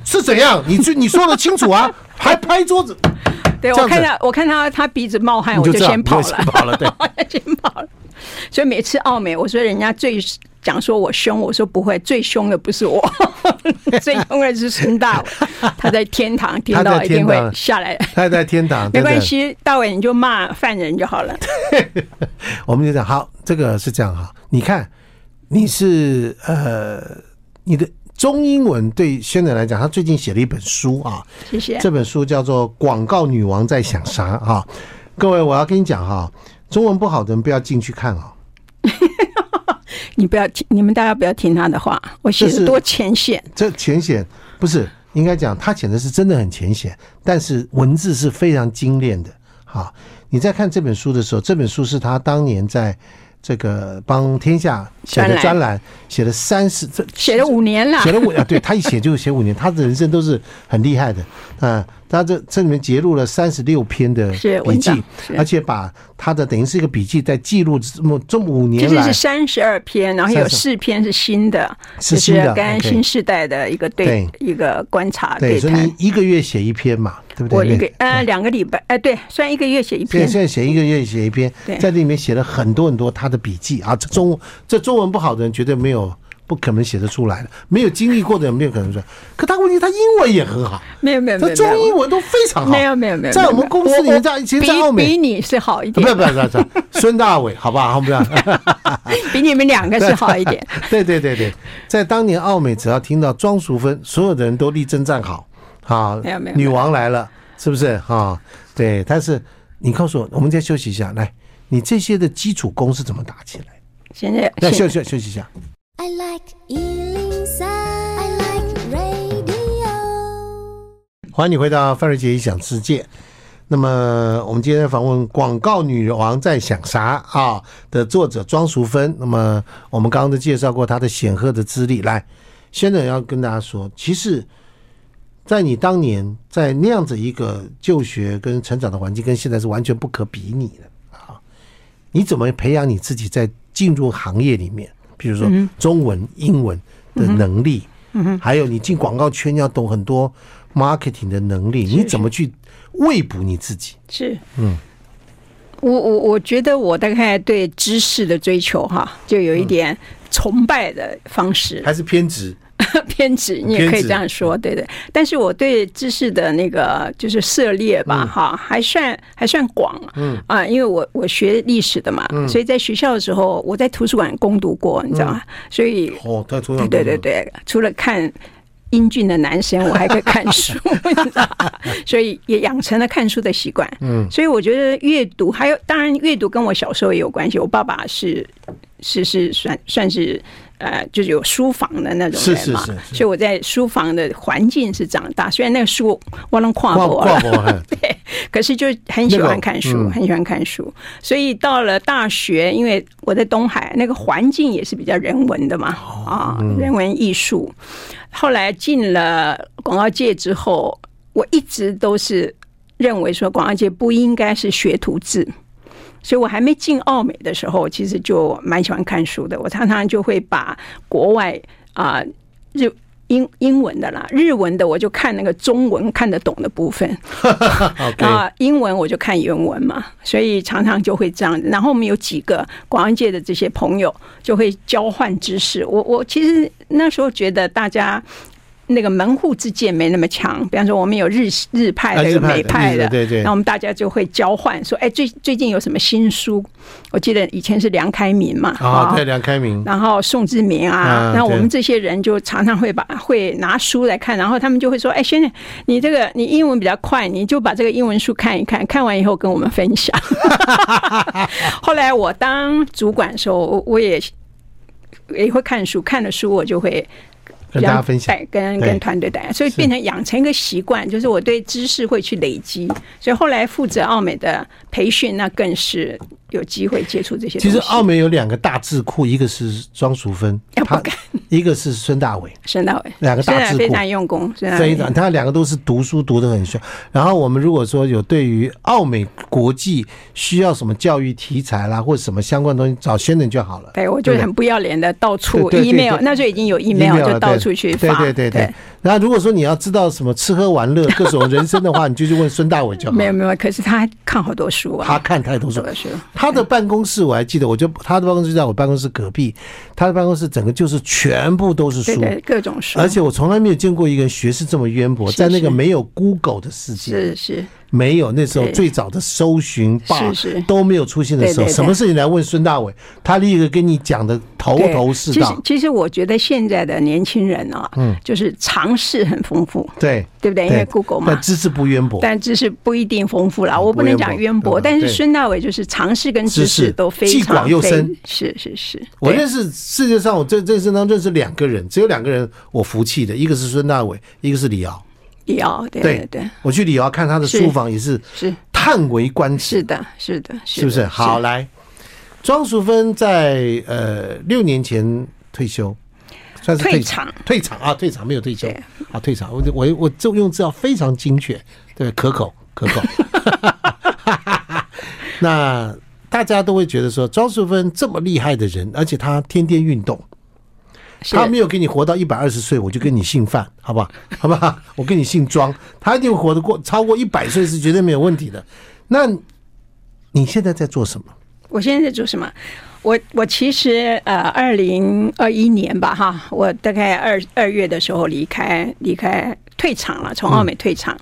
Speaker 1: 是怎样？你就你说的清楚啊，还拍桌子，
Speaker 2: 对
Speaker 1: 这
Speaker 2: 我
Speaker 1: 样子
Speaker 2: 看到我看到他鼻子冒汗，
Speaker 1: 你
Speaker 2: 哎我
Speaker 1: 就
Speaker 2: 就
Speaker 1: 知道
Speaker 2: 先跑
Speaker 1: 你就先
Speaker 2: 了，
Speaker 1: 跑了对
Speaker 2: 我就先跑了。所以每次奥美，我说人家最讲说我凶，我说不会，最凶的不是我， 最凶的是孙大伟，他在天堂听
Speaker 1: 他
Speaker 2: 到
Speaker 1: 在
Speaker 2: 一定
Speaker 1: 天
Speaker 2: 会
Speaker 1: 堂
Speaker 2: 下来。
Speaker 1: 他在天堂，
Speaker 2: 没
Speaker 1: 真的
Speaker 2: 关系，大伟你就骂犯人就好了。
Speaker 1: 我们就讲好，这个是这样哈。你看，你是呃，你的中英文对轩仔来讲，他最近写了一本书啊，
Speaker 2: 谢谢。
Speaker 1: 这本书叫做《广告女王在想啥》啊。各位，我要跟你讲哈、中文不好的人不要进去看哦。
Speaker 2: 你不要听，你们大家不要听他的话，我写
Speaker 1: 这是
Speaker 2: 的多浅显。
Speaker 1: 这浅显不是应该讲，他显的是真的很浅显，但是文字是非常精炼的。好，你在看这本书的时候，这本书是他当年在这个帮天下写的专
Speaker 2: 专
Speaker 1: 栏，写了三十这
Speaker 2: 写了五年了，
Speaker 1: 写了五啊，对他一写就写五年，他的人生都是很厉害的啊、他这这里面揭露了三十六篇的
Speaker 2: 是
Speaker 1: 笔
Speaker 2: 文
Speaker 1: 记
Speaker 2: 章是，
Speaker 1: 而且把他的等于是一个笔记在记录这么这么五
Speaker 2: 其
Speaker 1: 年
Speaker 2: 实
Speaker 1: 来
Speaker 2: 是，三十二篇，然后有
Speaker 1: 32
Speaker 2: 四篇是新的，
Speaker 1: 是
Speaker 2: 就
Speaker 1: 新
Speaker 2: 是
Speaker 1: 的
Speaker 2: 跟
Speaker 1: OK
Speaker 2: 新时代的一个对
Speaker 1: 对
Speaker 2: 一个观察
Speaker 1: 对，所以
Speaker 2: 谈
Speaker 1: 你。一个月写一篇嘛，对不
Speaker 2: 我一
Speaker 1: 对？
Speaker 2: 个呃两个礼拜，哎，对，算一个月写一
Speaker 1: 现
Speaker 2: 篇
Speaker 1: 在，现在写一个月写一篇，
Speaker 2: 对
Speaker 1: 在里面写了很多很多他的笔记啊，这中这中文不好的人绝对没有。不可能写得出来的，没有经历过的人没有可能说。可他问题，他英文也很好，
Speaker 2: 没有没有没
Speaker 1: 他
Speaker 2: 有
Speaker 1: 中英文都非常好。
Speaker 2: 没有没有没有没有，
Speaker 1: 在我们公司里面，在以前在
Speaker 2: 比
Speaker 1: 澳美
Speaker 2: 比你是好一
Speaker 1: 不
Speaker 2: 点，
Speaker 1: 不不不不，孙大伟，好不好？好不好？
Speaker 2: 比你们两个是好 一点。
Speaker 1: 对对对对，在当年澳美，只要听到庄淑芬，所有的人都力争站好，啊，
Speaker 2: 没有没有
Speaker 1: 女王来了，是不是啊？对，但是你告诉我，我们再休息一下，来，你这些的基础功是怎么打起来？
Speaker 2: 现在
Speaker 1: 来
Speaker 2: 现
Speaker 1: 休休休息一下。
Speaker 3: I like Ealing Sound. I like radio.
Speaker 1: 欢迎你回到范瑞杰一想世界。那么，我们今天访问《广告女王在想啥》啊的作者庄淑芬。那么，我们刚刚都介绍过她的显赫的资历。来，先生要跟大家说，其实，在你当年在那样子一个就学跟成长的环境，跟现在是完全不可比拟的啊。你怎么培养你自己在进入行业里面，比如说
Speaker 2: 嗯
Speaker 1: 中文、英文的能力？还有你进广告圈要懂很多 marketing 的能力，你怎么去喂补你自己？
Speaker 2: 是嗯。我我我觉得我大概对知识的追求哈，就有一点崇拜的方式，
Speaker 1: 还是偏执？
Speaker 2: 偏执，嗯你也可以这样说，对对。但是我对知识的那个就是涉猎吧，哈、还算还算广，嗯啊，因为我我学历史的嘛，所以在学校的时候，我在图书馆攻读过，你知道吗？所以
Speaker 1: 哦，在桌
Speaker 2: 对
Speaker 1: 上
Speaker 2: 对对对，除了看英俊的男生，我还可以看 书，你知道吧所以也养成了看书的习惯。嗯，所以我觉得阅读，还有当然阅读跟我小时候也有关系。我爸爸是是是算算是呃，就是有书房的那种
Speaker 1: 是
Speaker 2: 人嘛，
Speaker 1: 是是是
Speaker 2: 所以我在书房的环境是长大。虽然那个书我能跨
Speaker 1: 跨
Speaker 2: 过
Speaker 1: 跨
Speaker 2: 了，
Speaker 1: 博，哎
Speaker 2: 对，可是就很喜
Speaker 1: 那
Speaker 2: 欢
Speaker 1: 个
Speaker 2: 看书，
Speaker 1: 嗯
Speaker 2: 很喜欢看书。所以到了大学，因为我在东海，那个环境也是比较人文的嘛，
Speaker 1: 哦
Speaker 2: 啊、
Speaker 1: 嗯
Speaker 2: 人文艺术。后来进了广告界之后，我一直都是认为说广告界不应该是学徒制。所以我还没进奥美的时候，其实就蛮喜欢看书的。我常常就会把国外啊、日英英文的啦，日文的我就看那个中文看得懂的部分，
Speaker 1: ，OK，
Speaker 2: 啊，英文我就看原文嘛，所以常常就会这样。然后我们有几个广安界的这些朋友就会交换知识。我我其实那时候觉得大家那个门户之见没那么强。比方说，我们有日日派
Speaker 1: 啊
Speaker 2: 的，
Speaker 1: 日
Speaker 2: 有
Speaker 1: 派的
Speaker 2: 美派的，
Speaker 1: 日对对
Speaker 2: 那我们大家就会交换说，哎，最最近有什么新书？我记得以前是梁开明嘛，
Speaker 1: 啊，对，梁开明，
Speaker 2: 然后宋志明
Speaker 1: 啊
Speaker 2: 啊，那我
Speaker 1: 对
Speaker 2: 们这些人就常常会把会拿书来看，然后他们就会说：“哎，先生，你这个你英文比较快，你就把这个英文书看一看，看完以后跟我们分 享。”后来我当主管的时候，我我也也会看书，看了书我就会
Speaker 1: 跟大家分享
Speaker 2: 带，跟
Speaker 1: 对
Speaker 2: 跟团队带，所以变成养成一个习惯，就是我对知识会去累积，所以后来负责奥美的培训，那更是有机会接触这些东
Speaker 1: 其
Speaker 2: 西。
Speaker 1: 实澳门有两个大智库，一个是庄淑芬，
Speaker 2: 哎
Speaker 1: 他
Speaker 2: 不敢
Speaker 1: 一个是孙大伟，
Speaker 2: 沈大伟，
Speaker 1: 两个大
Speaker 2: 孙
Speaker 1: 智
Speaker 2: 非
Speaker 1: 库
Speaker 2: 常用功，孙大
Speaker 1: 非
Speaker 2: 伟
Speaker 1: 常，他两个都是读书读得很凶。然后我们如果说有对于澳美国际需要什么教育题材啦，或者什么相关的东西，找先人就好了。
Speaker 2: 对，我就
Speaker 1: 对不对
Speaker 2: 很不要脸的到处
Speaker 1: 对对对
Speaker 2: email，
Speaker 1: 对
Speaker 2: 那时候已经有 email 就
Speaker 1: 了
Speaker 2: 到
Speaker 1: 对
Speaker 2: 处去
Speaker 1: 啊对
Speaker 2: 发，
Speaker 1: 对对对。然后如果说你要知道什么吃喝玩乐各种人生的 话，你就去问孙大伟就好
Speaker 2: 没
Speaker 1: 了。
Speaker 2: 有没有，可是他看好多书啊，
Speaker 1: 他看太多书
Speaker 2: 好，多书，
Speaker 1: 他的办公室我还记得，我就他的办公室就在我办公室隔壁，他的办公室整个就是全部都是
Speaker 2: 对
Speaker 1: 书，
Speaker 2: 对，各种书，
Speaker 1: 而且我从来没有见过一个人学识这么渊博，
Speaker 2: 是
Speaker 1: 在那个
Speaker 2: 是
Speaker 1: 没有 Google 的世界，
Speaker 2: 是是，
Speaker 1: 没有那时候
Speaker 2: 对
Speaker 1: 最早的搜寻吧
Speaker 2: 是是
Speaker 1: 都没有出现的时候，
Speaker 2: 对对对
Speaker 1: 什么事情来问孙大伟，他立刻跟你讲的头
Speaker 2: 对
Speaker 1: 头是
Speaker 2: 其实
Speaker 1: 道，
Speaker 2: 其实我觉得现在的年轻人啊，嗯，就是尝试很丰富，
Speaker 1: 对
Speaker 2: 对不对？因为 Google 嘛
Speaker 1: 但，知识不渊博，
Speaker 2: 但知识不一定丰富啦，
Speaker 1: 嗯
Speaker 2: 我不能讲
Speaker 1: 不渊
Speaker 2: 渊
Speaker 1: 博
Speaker 2: 博，
Speaker 1: 对
Speaker 2: 但是
Speaker 1: 对
Speaker 2: 孙大伟就是尝试跟
Speaker 1: 知
Speaker 2: 知
Speaker 1: 识
Speaker 2: 识都非
Speaker 1: 既
Speaker 2: 常
Speaker 1: 广又
Speaker 2: 非
Speaker 1: 深，
Speaker 2: 是是是，
Speaker 1: 我
Speaker 2: 对
Speaker 1: 认识世界上我这这生当中认识两个人，只有两个人我服气的，一个是孙大伟，一个是李敖。
Speaker 2: 也要对
Speaker 1: 对
Speaker 2: 对对，
Speaker 1: 我去李敖看他的
Speaker 2: 是
Speaker 1: 书房也是
Speaker 2: 是
Speaker 1: 叹为观止，
Speaker 2: 是的是的，
Speaker 1: 是不是？
Speaker 2: 的
Speaker 1: 好，来，庄淑芬在呃六年前退休，算是
Speaker 2: 退
Speaker 1: 退
Speaker 2: 场
Speaker 1: 退场啊，退场没有退休
Speaker 2: 对
Speaker 1: 啊，退场。我我我这用字要非常精确，对，可口可口。 那大家都会觉得说，庄淑芬这么厉害的人，而且她天天运动，
Speaker 2: 是
Speaker 1: 他没有给你活到一百二十岁，我就跟你姓范，好不 好？好不好？我跟你姓庄，他一定活得过超过一百岁是绝对没有问题的。那你现在在做什么？
Speaker 2: 我现在在做什么？我我其实呃，二零二一年吧，哈，我大概二二月的时候离开离开退场了，从奥美退场，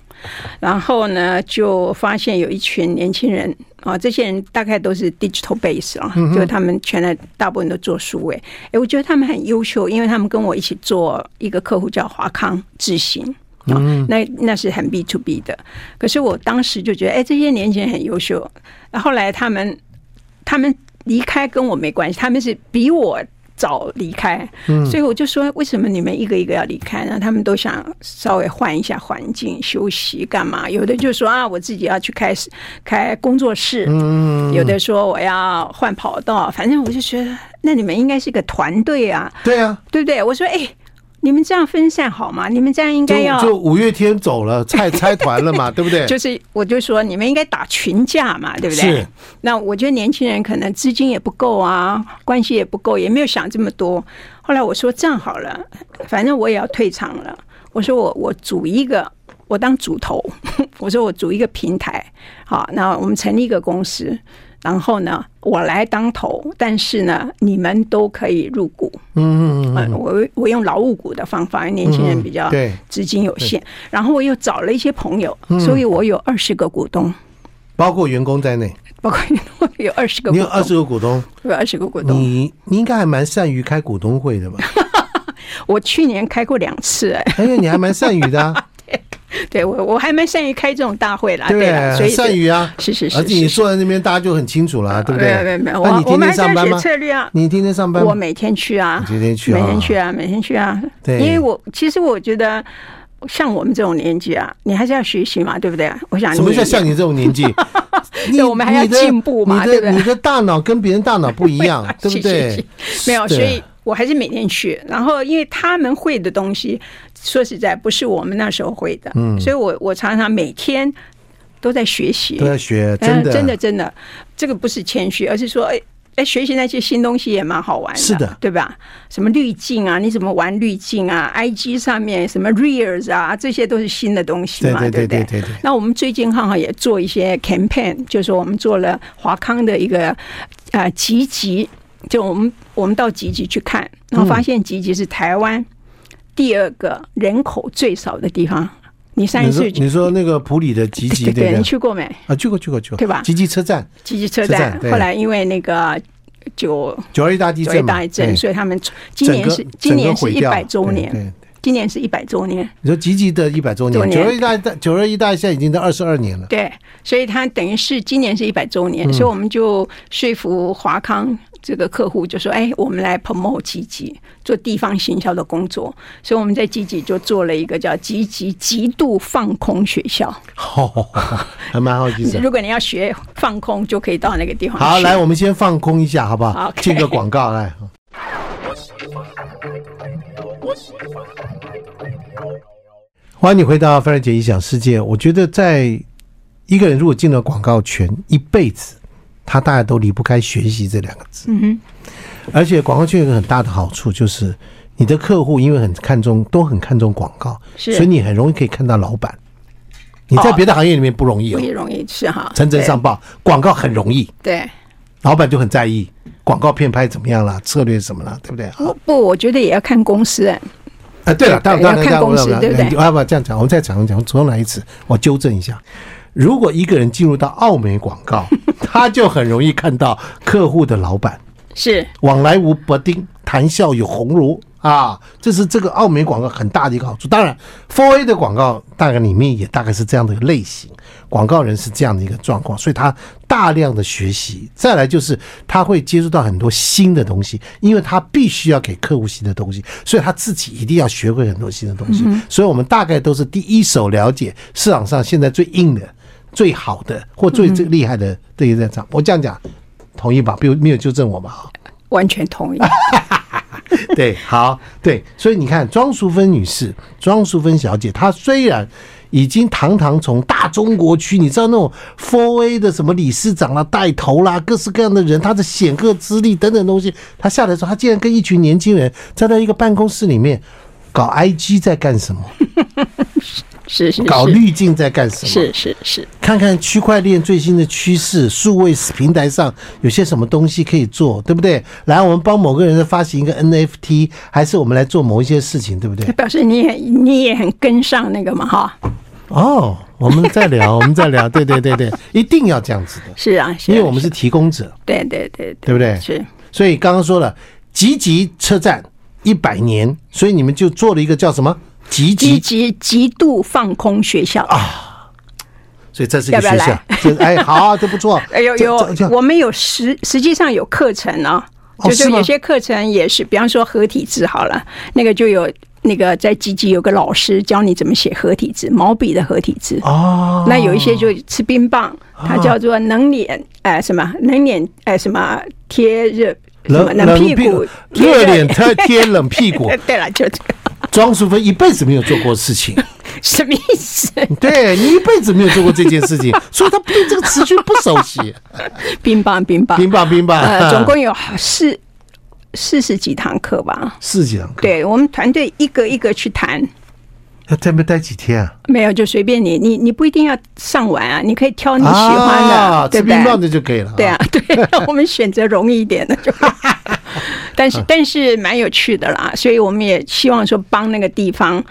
Speaker 2: 然后呢，就发现有一群年轻人啊，这些人大概都是 digital base 啊，就他们全来大部分都做数位，哎，我觉得他们很优秀，因为他们跟我一起做一个客户叫华康智行。啊，那那是很 B to B 的，可是我当时就觉得，哎，这些年轻人很优秀。后来他们他们离开跟我没关系，他们是比我早离开，
Speaker 1: 嗯
Speaker 2: 所以我就说，为什么你们一个一个要离开呢？他们都想稍微换一下环境，休息干嘛？有的就说啊，我自己要去开始开工作室，
Speaker 1: 嗯
Speaker 2: 有的说我要换跑道，反正我就觉得，那你们应该是个团队啊，
Speaker 1: 对啊，
Speaker 2: 对不对？我说，哎、你们这样分散好吗？你们这样应
Speaker 1: 就
Speaker 2: 该要
Speaker 1: 就五月天走了， 拆拆团了嘛，对不对？
Speaker 2: 就是我就说你们应该打群架嘛，对不对？
Speaker 1: 是
Speaker 2: 那我觉得年轻人可能资金也不够啊，关系也不够，也没有想这么多。后来我说这样好了，反正我也要退场了。我说我我组一个，我当主头。 我说我组一个平台，好，那我们成立一个公司，然后呢，我来当头，但是呢，你们都可以入股。
Speaker 1: 嗯，嗯嗯
Speaker 2: 嗯，我我用劳务股的方法，因为年轻人比较
Speaker 1: 嗯对嗯
Speaker 2: 资金有限。然后我又找了一些朋友，所以我有二十个股东，
Speaker 1: 包括员工在内，
Speaker 2: 包括我有二十个
Speaker 1: 你
Speaker 2: 股
Speaker 1: 有二
Speaker 2: 东，
Speaker 1: 十嗯个股东，
Speaker 2: 我有二十个股东。
Speaker 1: 你你应该还蛮善于开股东会 的吧？
Speaker 2: 我去年开过两次，哎，
Speaker 1: 而且你还蛮善于的、 啊，
Speaker 2: 对我我还蛮善于开这种大会啦，
Speaker 1: 对不
Speaker 2: 对啦，所
Speaker 1: 很
Speaker 2: 以
Speaker 1: 善于啊。
Speaker 2: 是是
Speaker 1: 而
Speaker 2: 是
Speaker 1: 且你
Speaker 2: 是是，
Speaker 1: 坐在那边，大家就很清楚了，对不对？
Speaker 2: 没有没有没有，
Speaker 1: 那你
Speaker 2: 我我
Speaker 1: 天天
Speaker 2: 们还在
Speaker 1: 上班
Speaker 2: 学
Speaker 1: 吗？
Speaker 2: 策略啊。
Speaker 1: 你天天上班吗？
Speaker 2: 我每天去啊，
Speaker 1: 你每天去啊
Speaker 2: 每天去啊，每天去啊。
Speaker 1: 对
Speaker 2: 因为我其实我觉得，像我们这种年纪啊，你还是要学习嘛，对不对？我想
Speaker 1: 什么
Speaker 2: 你
Speaker 1: 叫像你这种年纪？你
Speaker 2: 对我们还要
Speaker 1: 你的
Speaker 2: 进步嘛
Speaker 1: 你
Speaker 2: 对不
Speaker 1: 的
Speaker 2: 对，
Speaker 1: 你的大脑跟别人大脑不一样 对不
Speaker 2: 是
Speaker 1: 对？
Speaker 2: 是没有，
Speaker 1: 对啊
Speaker 2: 所以我还是每天去。然后因为他们会的东西，说实在不是我们那时候会的，嗯，所以我我常常每天都在学习，
Speaker 1: 都要学，
Speaker 2: 嗯
Speaker 1: 真的，啊
Speaker 2: 真的，真的，这个不是谦虚，而是说，哎。哎，学习那些新东西也蛮好玩的，
Speaker 1: 是的
Speaker 2: 对吧？什么滤镜啊，你怎么玩滤镜啊？IG 上面什么 Reels 啊，这些都是新的东西
Speaker 1: 对
Speaker 2: 嘛，
Speaker 1: 对对
Speaker 2: 不对？
Speaker 1: 对对对
Speaker 2: 那我们最近刚好也做一些 campaign，就是我们做了华康的一个呃集集，就我们我们到集集去看，然后发现集集是台湾、第二个人口最少的地方。你上一
Speaker 1: 你说
Speaker 2: 次去
Speaker 1: 你说那个普里的吉吉
Speaker 2: 对对，
Speaker 1: 个
Speaker 2: 你去过没？
Speaker 1: 啊，去过去过去过，
Speaker 2: 对吧
Speaker 1: 吉吉车站，
Speaker 2: 积极车
Speaker 1: 车站
Speaker 2: 站，
Speaker 1: 对
Speaker 2: 后来因为那个九
Speaker 1: 九二一大地
Speaker 2: 九一
Speaker 1: 震嘛，
Speaker 2: 大震，
Speaker 1: 对
Speaker 2: 所以他们今
Speaker 1: 整
Speaker 2: 年
Speaker 1: 个
Speaker 2: 是今年
Speaker 1: 整
Speaker 2: 是
Speaker 1: 个
Speaker 2: 一
Speaker 1: 毁掉
Speaker 2: 百周
Speaker 1: 对
Speaker 2: 年，
Speaker 1: 对
Speaker 2: 今年是一百周年，
Speaker 1: 你说吉吉的一百周
Speaker 2: 周
Speaker 1: 年，九
Speaker 2: 年
Speaker 1: 二一大大九二一大现在已经到二十二年 了，
Speaker 2: 对，所以他等于是今年是一百周年，所以
Speaker 1: 嗯
Speaker 2: 我们就说服华康这个客户，就说：“哎，我们来 promote 积极，做地方行销的工作。”所以我们在积极就做了一个叫“积极极度放空学校
Speaker 1: 还蛮好”。奇的。
Speaker 2: 如果你要学放空，就可以到那个地方去。
Speaker 1: 啊 好，来，我们先放空一下，好不好？
Speaker 2: OK
Speaker 1: 进个广告来。欢迎你回到范儿姐异想世界。我觉得，在一个人如果进了广告圈一辈子，他大概都离不开学习这两个字。
Speaker 2: 嗯哼，
Speaker 1: 而且广告圈有一个很大的好处，就是你的客户因为很看重，都很看重广告，
Speaker 2: 是
Speaker 1: 所以你很容易可以看到老板。你在
Speaker 2: 哦
Speaker 1: 别的行业里面不容易、
Speaker 2: 不
Speaker 1: 哦，
Speaker 2: 也容易是哈，
Speaker 1: 层层上报，广告很容易。
Speaker 2: 对。对
Speaker 1: 老板就很在意广告片拍怎么样啦，策略是什么啦，对不对？啊，
Speaker 2: 不不，我觉得也要看公司、哎
Speaker 1: 啊对了，
Speaker 2: 哦对
Speaker 1: 当然当然
Speaker 2: 要看
Speaker 1: 当然
Speaker 2: 公司
Speaker 1: 当然
Speaker 2: 对不对
Speaker 1: 当然啊不这样讲，我们再讲讲重来一次，我纠正一下。如果一个人进入到澳门广 告，他就很容易看到客户的老板
Speaker 2: 是
Speaker 1: 往来无薄丁，谈笑有鸿儒啊，这是这个澳门广告很大的一个好处。当然，Four A 的广告大概里面也大概是这样的一个类型，广告人是这样的一个状况，所以他大量的学习。再来就是他会接触到很多新的东西，因为他必须要给客户新的东西，所以他自己一定要学会很多新的东西。所以我们大概都是第一手了解市场上现在最硬的。最好的或最最厉害的这一战场，我这样讲，同意吧？没有没有纠正我吧？啊
Speaker 2: 完全 同意。
Speaker 1: 对，好，对，所以你看，庄淑芬女士，庄淑芬小姐，她虽然已经堂堂从大中国区，你知道那种 Four A 的什么理事长啦、带头啦，各式各样的人，她的显赫资历等等东西，她下来的时候，她竟然跟一群年轻人站在一个办公室里面搞 IG 在干什么，
Speaker 2: 是是
Speaker 1: 搞
Speaker 2: 是
Speaker 1: 滤镜在干什么，
Speaker 2: 是是是，
Speaker 1: 看看区块链最新的趋势，数位平台上有些什么东西可以做，对不对？来，我们帮某个人发行一个 NFT，还是我们来做某一些事情，对不对？
Speaker 2: 表示你也你也很跟上那个嘛哈。
Speaker 1: 哦，我们再 聊，我们再聊，对对对对，一定要这样子的，
Speaker 2: 是啊，是啊
Speaker 1: 因为我们是提供者，
Speaker 2: 对对对
Speaker 1: 对不对
Speaker 2: 是
Speaker 1: 所以刚刚说了，集集车站一百年，所以你们就做了一个叫什么集集，
Speaker 2: 积极极度放空学校啊，
Speaker 1: 所以这是一个
Speaker 2: 要
Speaker 1: 学
Speaker 2: 不要
Speaker 1: 校
Speaker 2: 来，
Speaker 1: 这哎，好，这不 错，
Speaker 2: 哎有
Speaker 1: 这
Speaker 2: 有
Speaker 1: 这这，
Speaker 2: 我们有实实际上有课程啊，
Speaker 1: 哦
Speaker 2: 就是
Speaker 1: 是吗
Speaker 2: 有些课程也是，比方说合体字好了，那个就有那个在积极有个老师教你怎么写合体字，毛笔的合体字。
Speaker 1: 哦，啊
Speaker 2: 那有一些就吃冰棒，它叫做冷脸，哎、什么冷脸，哎、什么贴热，什么
Speaker 1: 冷
Speaker 2: 冷屁
Speaker 1: 屁
Speaker 2: 股
Speaker 1: 股，热脸贴贴冷屁股
Speaker 2: 哎，对了，就这个
Speaker 1: 庄淑芬一辈子没有做过事 情，
Speaker 2: 什么意思？
Speaker 1: 对你一辈子没有做过这件事情，所以她对这个词句不熟悉。
Speaker 2: 冰棒，冰棒，
Speaker 1: 冰棒，冰 棒，
Speaker 2: 呃，总共有四四十几堂课吧。
Speaker 1: 四几堂课，
Speaker 2: 对我们团队一个一个去谈，
Speaker 1: 要在那边待几天啊？
Speaker 2: 没有就随便你，你你不一定要上完啊，你可以挑你喜欢的，
Speaker 1: 啊
Speaker 2: 对
Speaker 1: 吃
Speaker 2: 不对？
Speaker 1: 冰棒的就可以了。
Speaker 2: 对啊，， 对，我们选择容易一点的就。 但
Speaker 1: 嗯
Speaker 2: 是但是蛮有趣的啦，所以我们也希望说帮那个地方，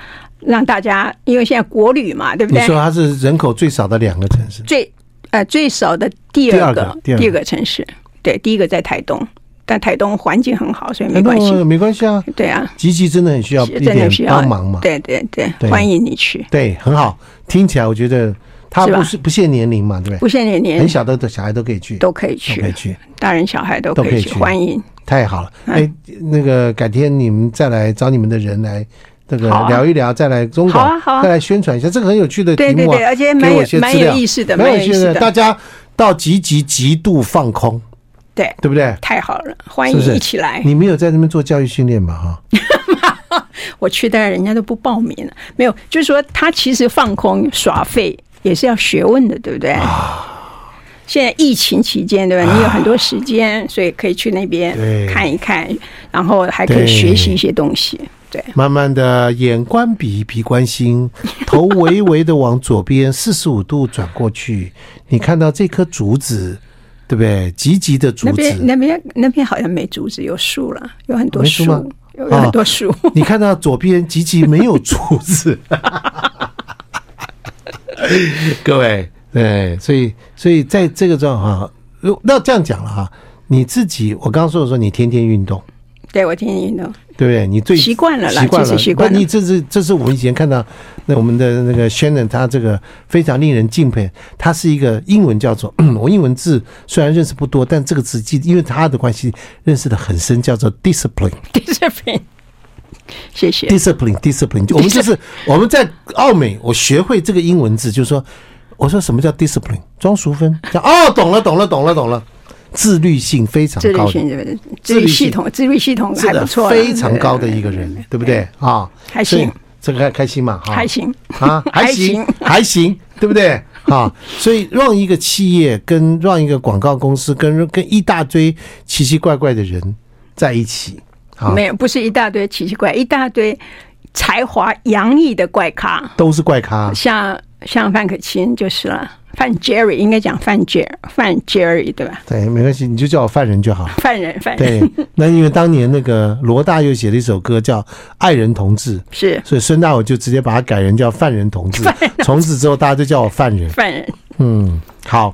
Speaker 2: 让大家，因为现在国旅嘛，对不
Speaker 1: 你
Speaker 2: 对
Speaker 1: 说？它是人口最少的两个城市，
Speaker 2: 最呃最少的第二个
Speaker 1: 第二个第二个
Speaker 2: 城市，对，第一个在台东，但台东环境很好，所以没
Speaker 1: 哎
Speaker 2: 关系。
Speaker 1: 那没关系啊。
Speaker 2: 对啊，
Speaker 1: 吉吉真的很需要一
Speaker 2: 真的
Speaker 1: 点
Speaker 2: 需要
Speaker 1: 帮忙嘛，
Speaker 2: 对对对，
Speaker 1: 对
Speaker 2: 欢迎你去，
Speaker 1: 对，很好，听起来我觉得它
Speaker 2: 是吧
Speaker 1: 不是不限年龄嘛，对不
Speaker 2: 不限年
Speaker 1: 对？很
Speaker 2: 龄
Speaker 1: 小的小孩都可以去，
Speaker 2: 都可以
Speaker 1: 都可以
Speaker 2: 去，
Speaker 1: 去，
Speaker 2: 大人小孩都
Speaker 1: 都
Speaker 2: 可
Speaker 1: 可以
Speaker 2: 以去，
Speaker 1: 去
Speaker 2: 欢迎。
Speaker 1: 太好了。
Speaker 2: 嗯
Speaker 1: 哎，那个改天你们再来找你们的人来。这个
Speaker 2: 好啊
Speaker 1: 聊一聊，再来中
Speaker 2: 好
Speaker 1: 广
Speaker 2: 啊好，啊
Speaker 1: 再来宣传一下，这个很有趣的题
Speaker 2: 对对
Speaker 1: 目啊
Speaker 2: 对，而且
Speaker 1: 给
Speaker 2: 蛮
Speaker 1: 我
Speaker 2: 有
Speaker 1: 一些
Speaker 2: 蛮
Speaker 1: 资
Speaker 2: 有
Speaker 1: 料，
Speaker 2: 意思的，
Speaker 1: 没
Speaker 2: 蛮
Speaker 1: 有
Speaker 2: 有意
Speaker 1: 趣
Speaker 2: 思
Speaker 1: 的，大
Speaker 2: 的，
Speaker 1: 家到极极极度放空，
Speaker 2: 对，
Speaker 1: 对不对？
Speaker 2: 太好了，欢
Speaker 1: 是不
Speaker 2: 迎
Speaker 1: 是
Speaker 2: 一起来。
Speaker 1: 你没有在那边做教育训练吧？哈，
Speaker 2: 我去，但是人家都不报名了，没有，就是说他其实放空耍废也是要学问的，对不对？
Speaker 1: 啊
Speaker 2: 现在疫情期间，对吧？你有很多时间，所以可以去那边
Speaker 1: 对
Speaker 2: 看一看，然后还可
Speaker 1: 对
Speaker 2: 以学习一些东西。对，
Speaker 1: 慢慢的眼观鼻，鼻观 心，头微微的往左边四十五度转过去，你看到这棵竹子，对不对？极极的竹
Speaker 2: 那边
Speaker 1: 子，
Speaker 2: 那边那边好像没竹子，有树了，有很多
Speaker 1: 没树吗啊
Speaker 2: 有有很多书。
Speaker 1: 你看到左边吉吉没有竹子， 各位，对，所以所以在这个状况哈，如那这样讲了哈，你自己我刚刚说的说你天天运动，
Speaker 2: 对我天天运动，
Speaker 1: 对不对？你最
Speaker 2: 习惯了啦
Speaker 1: 习惯了。
Speaker 2: 其实习惯了
Speaker 1: 那你这是这是我们以前看到那我们的那个 Shannon，他这个非常令人敬佩。他是一个英文叫做 我英文字虽然认识不多，但这个字记，因为他的关系认识的很深，叫做 discipline。
Speaker 2: discipline，谢谢。
Speaker 1: discipline discipline，就我们就是我们在澳美，我学会这个英文字，就是说，我说什么叫 discipline？庄淑芬讲哦，懂了，懂了，懂了，懂了，自律性非常
Speaker 2: 自律
Speaker 1: 高的，
Speaker 2: 性这边，自律系统，自律系统
Speaker 1: 是
Speaker 2: 还不
Speaker 1: 的，
Speaker 2: 错了，啊
Speaker 1: 非常高的一个人，对不对啊？
Speaker 2: 还行
Speaker 1: 所以，这个还开心嘛？哈
Speaker 2: 还行
Speaker 1: 啊，还
Speaker 2: 还
Speaker 1: 行
Speaker 2: 行，
Speaker 1: 还行，对不对？啊，所以让一个企业跟让一个广告公司跟跟一大堆奇奇怪怪的人在一起，啊，
Speaker 2: 没有，不是一大堆奇奇怪，一大堆才华洋溢的怪咖，
Speaker 1: 都是怪咖，
Speaker 2: 像像范可清就是了，范 Jerry 应该讲范 Jer 范 Jerry 对吧？
Speaker 1: 对，没关系，你就叫我犯人就好。
Speaker 2: 犯人 犯人
Speaker 1: 对，那因为当年那个罗大佑写了一首歌叫《爱人同志》，
Speaker 2: 是
Speaker 1: 所以孙大伟就直接把它改人叫“ 犯人同志”。从此之后，大家都叫我犯人。
Speaker 2: 犯人，
Speaker 1: 嗯，好。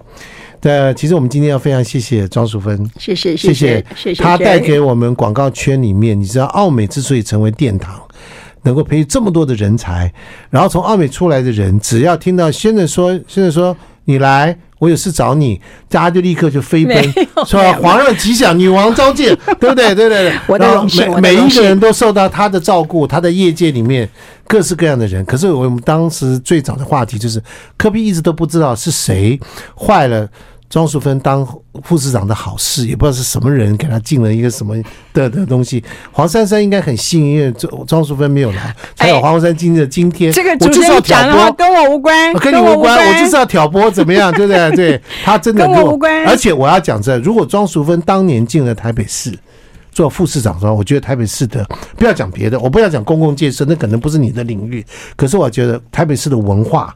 Speaker 1: 那其实我们今天要非常谢谢庄淑芬，
Speaker 2: 谢谢
Speaker 1: 谢
Speaker 2: 谢
Speaker 1: 谢
Speaker 2: 谢谢，
Speaker 1: 她带给我们广告圈里面，你知道，奥美之所以成为殿堂，能够培育这么多的人才，然后从奥美出来的人，只要听到先生说，先生说你来，我有事找 你，大家就立刻就飞奔
Speaker 2: 没，有
Speaker 1: 说
Speaker 2: 没有
Speaker 1: 皇上吉祥，女王召见，对不对？对对对，
Speaker 2: 我的
Speaker 1: 然后
Speaker 2: 荣幸我的
Speaker 1: 每每
Speaker 2: 荣
Speaker 1: 一个
Speaker 2: 幸
Speaker 1: 人都受到他的照顾，他的业界里面各式各样的人。可是我们当时最早的话题就是，科比一直都不知道是谁坏了。庄淑芬当副市长的好事，也不知道是什么人给他进了一个什么的的东西。黄珊珊应该很幸运，因为庄庄淑芬没有来，才有
Speaker 2: 哎
Speaker 1: 黄珊今的今天。
Speaker 2: 这个
Speaker 1: 我
Speaker 2: 主
Speaker 1: 就
Speaker 2: 持
Speaker 1: 是要
Speaker 2: 人
Speaker 1: 挑
Speaker 2: 讲的话
Speaker 1: 拨，
Speaker 2: 跟我无 关，
Speaker 1: 跟你无关，我就是
Speaker 2: 道
Speaker 1: 要挑拨，怎么样，对不对？对他真的
Speaker 2: 跟我无关
Speaker 1: 而且我要讲这，如果庄淑芬当年进了台北市做副市长的时候，我觉得台北市的呃不要讲别的，我不要讲公共建设，那可能不是你的领域。可是我觉得台北市的文化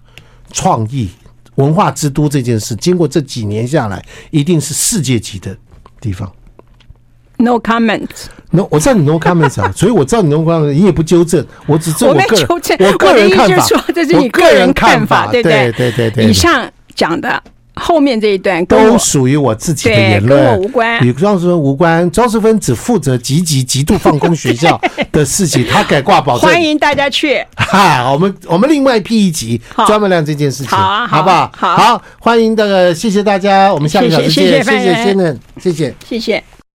Speaker 1: 创意、文化之都这件事，经过这几年下来，一定是世界级的地方。
Speaker 2: no comments，
Speaker 1: 那我知道你 no comments 啊，所以我知道你 no comments，你也不纠正，我只这
Speaker 2: 我
Speaker 1: 个
Speaker 2: 没
Speaker 1: 人，
Speaker 2: 纠正，
Speaker 1: 我个
Speaker 2: 的
Speaker 1: 人
Speaker 2: 意思
Speaker 1: 看
Speaker 2: 就是
Speaker 1: 法
Speaker 2: 说，这是你
Speaker 1: 我个人
Speaker 2: 看
Speaker 1: 法，
Speaker 2: 对不
Speaker 1: 对对对对。
Speaker 2: 以上讲的后面这一段跟
Speaker 1: 都
Speaker 2: 我
Speaker 1: 属于我自己的
Speaker 2: 对
Speaker 1: 言论，
Speaker 2: 跟我无关
Speaker 1: 与庄淑芬无关。庄淑芬只负责积极极度放空学 校的事情，她改挂保证。
Speaker 2: 欢迎大家去。
Speaker 1: 哈，我们我们另外辟一集
Speaker 2: 好
Speaker 1: 专门聊这件事情，
Speaker 2: 好啊好啊
Speaker 1: 不好？
Speaker 2: 好
Speaker 1: 欢迎那个谢谢大家，我们下个小时
Speaker 2: 谢
Speaker 1: 见，
Speaker 2: 谢
Speaker 1: 谢
Speaker 2: 谢谢
Speaker 1: 谢
Speaker 2: 范
Speaker 1: 先
Speaker 2: 人
Speaker 1: 生，谢谢。
Speaker 2: 谢谢。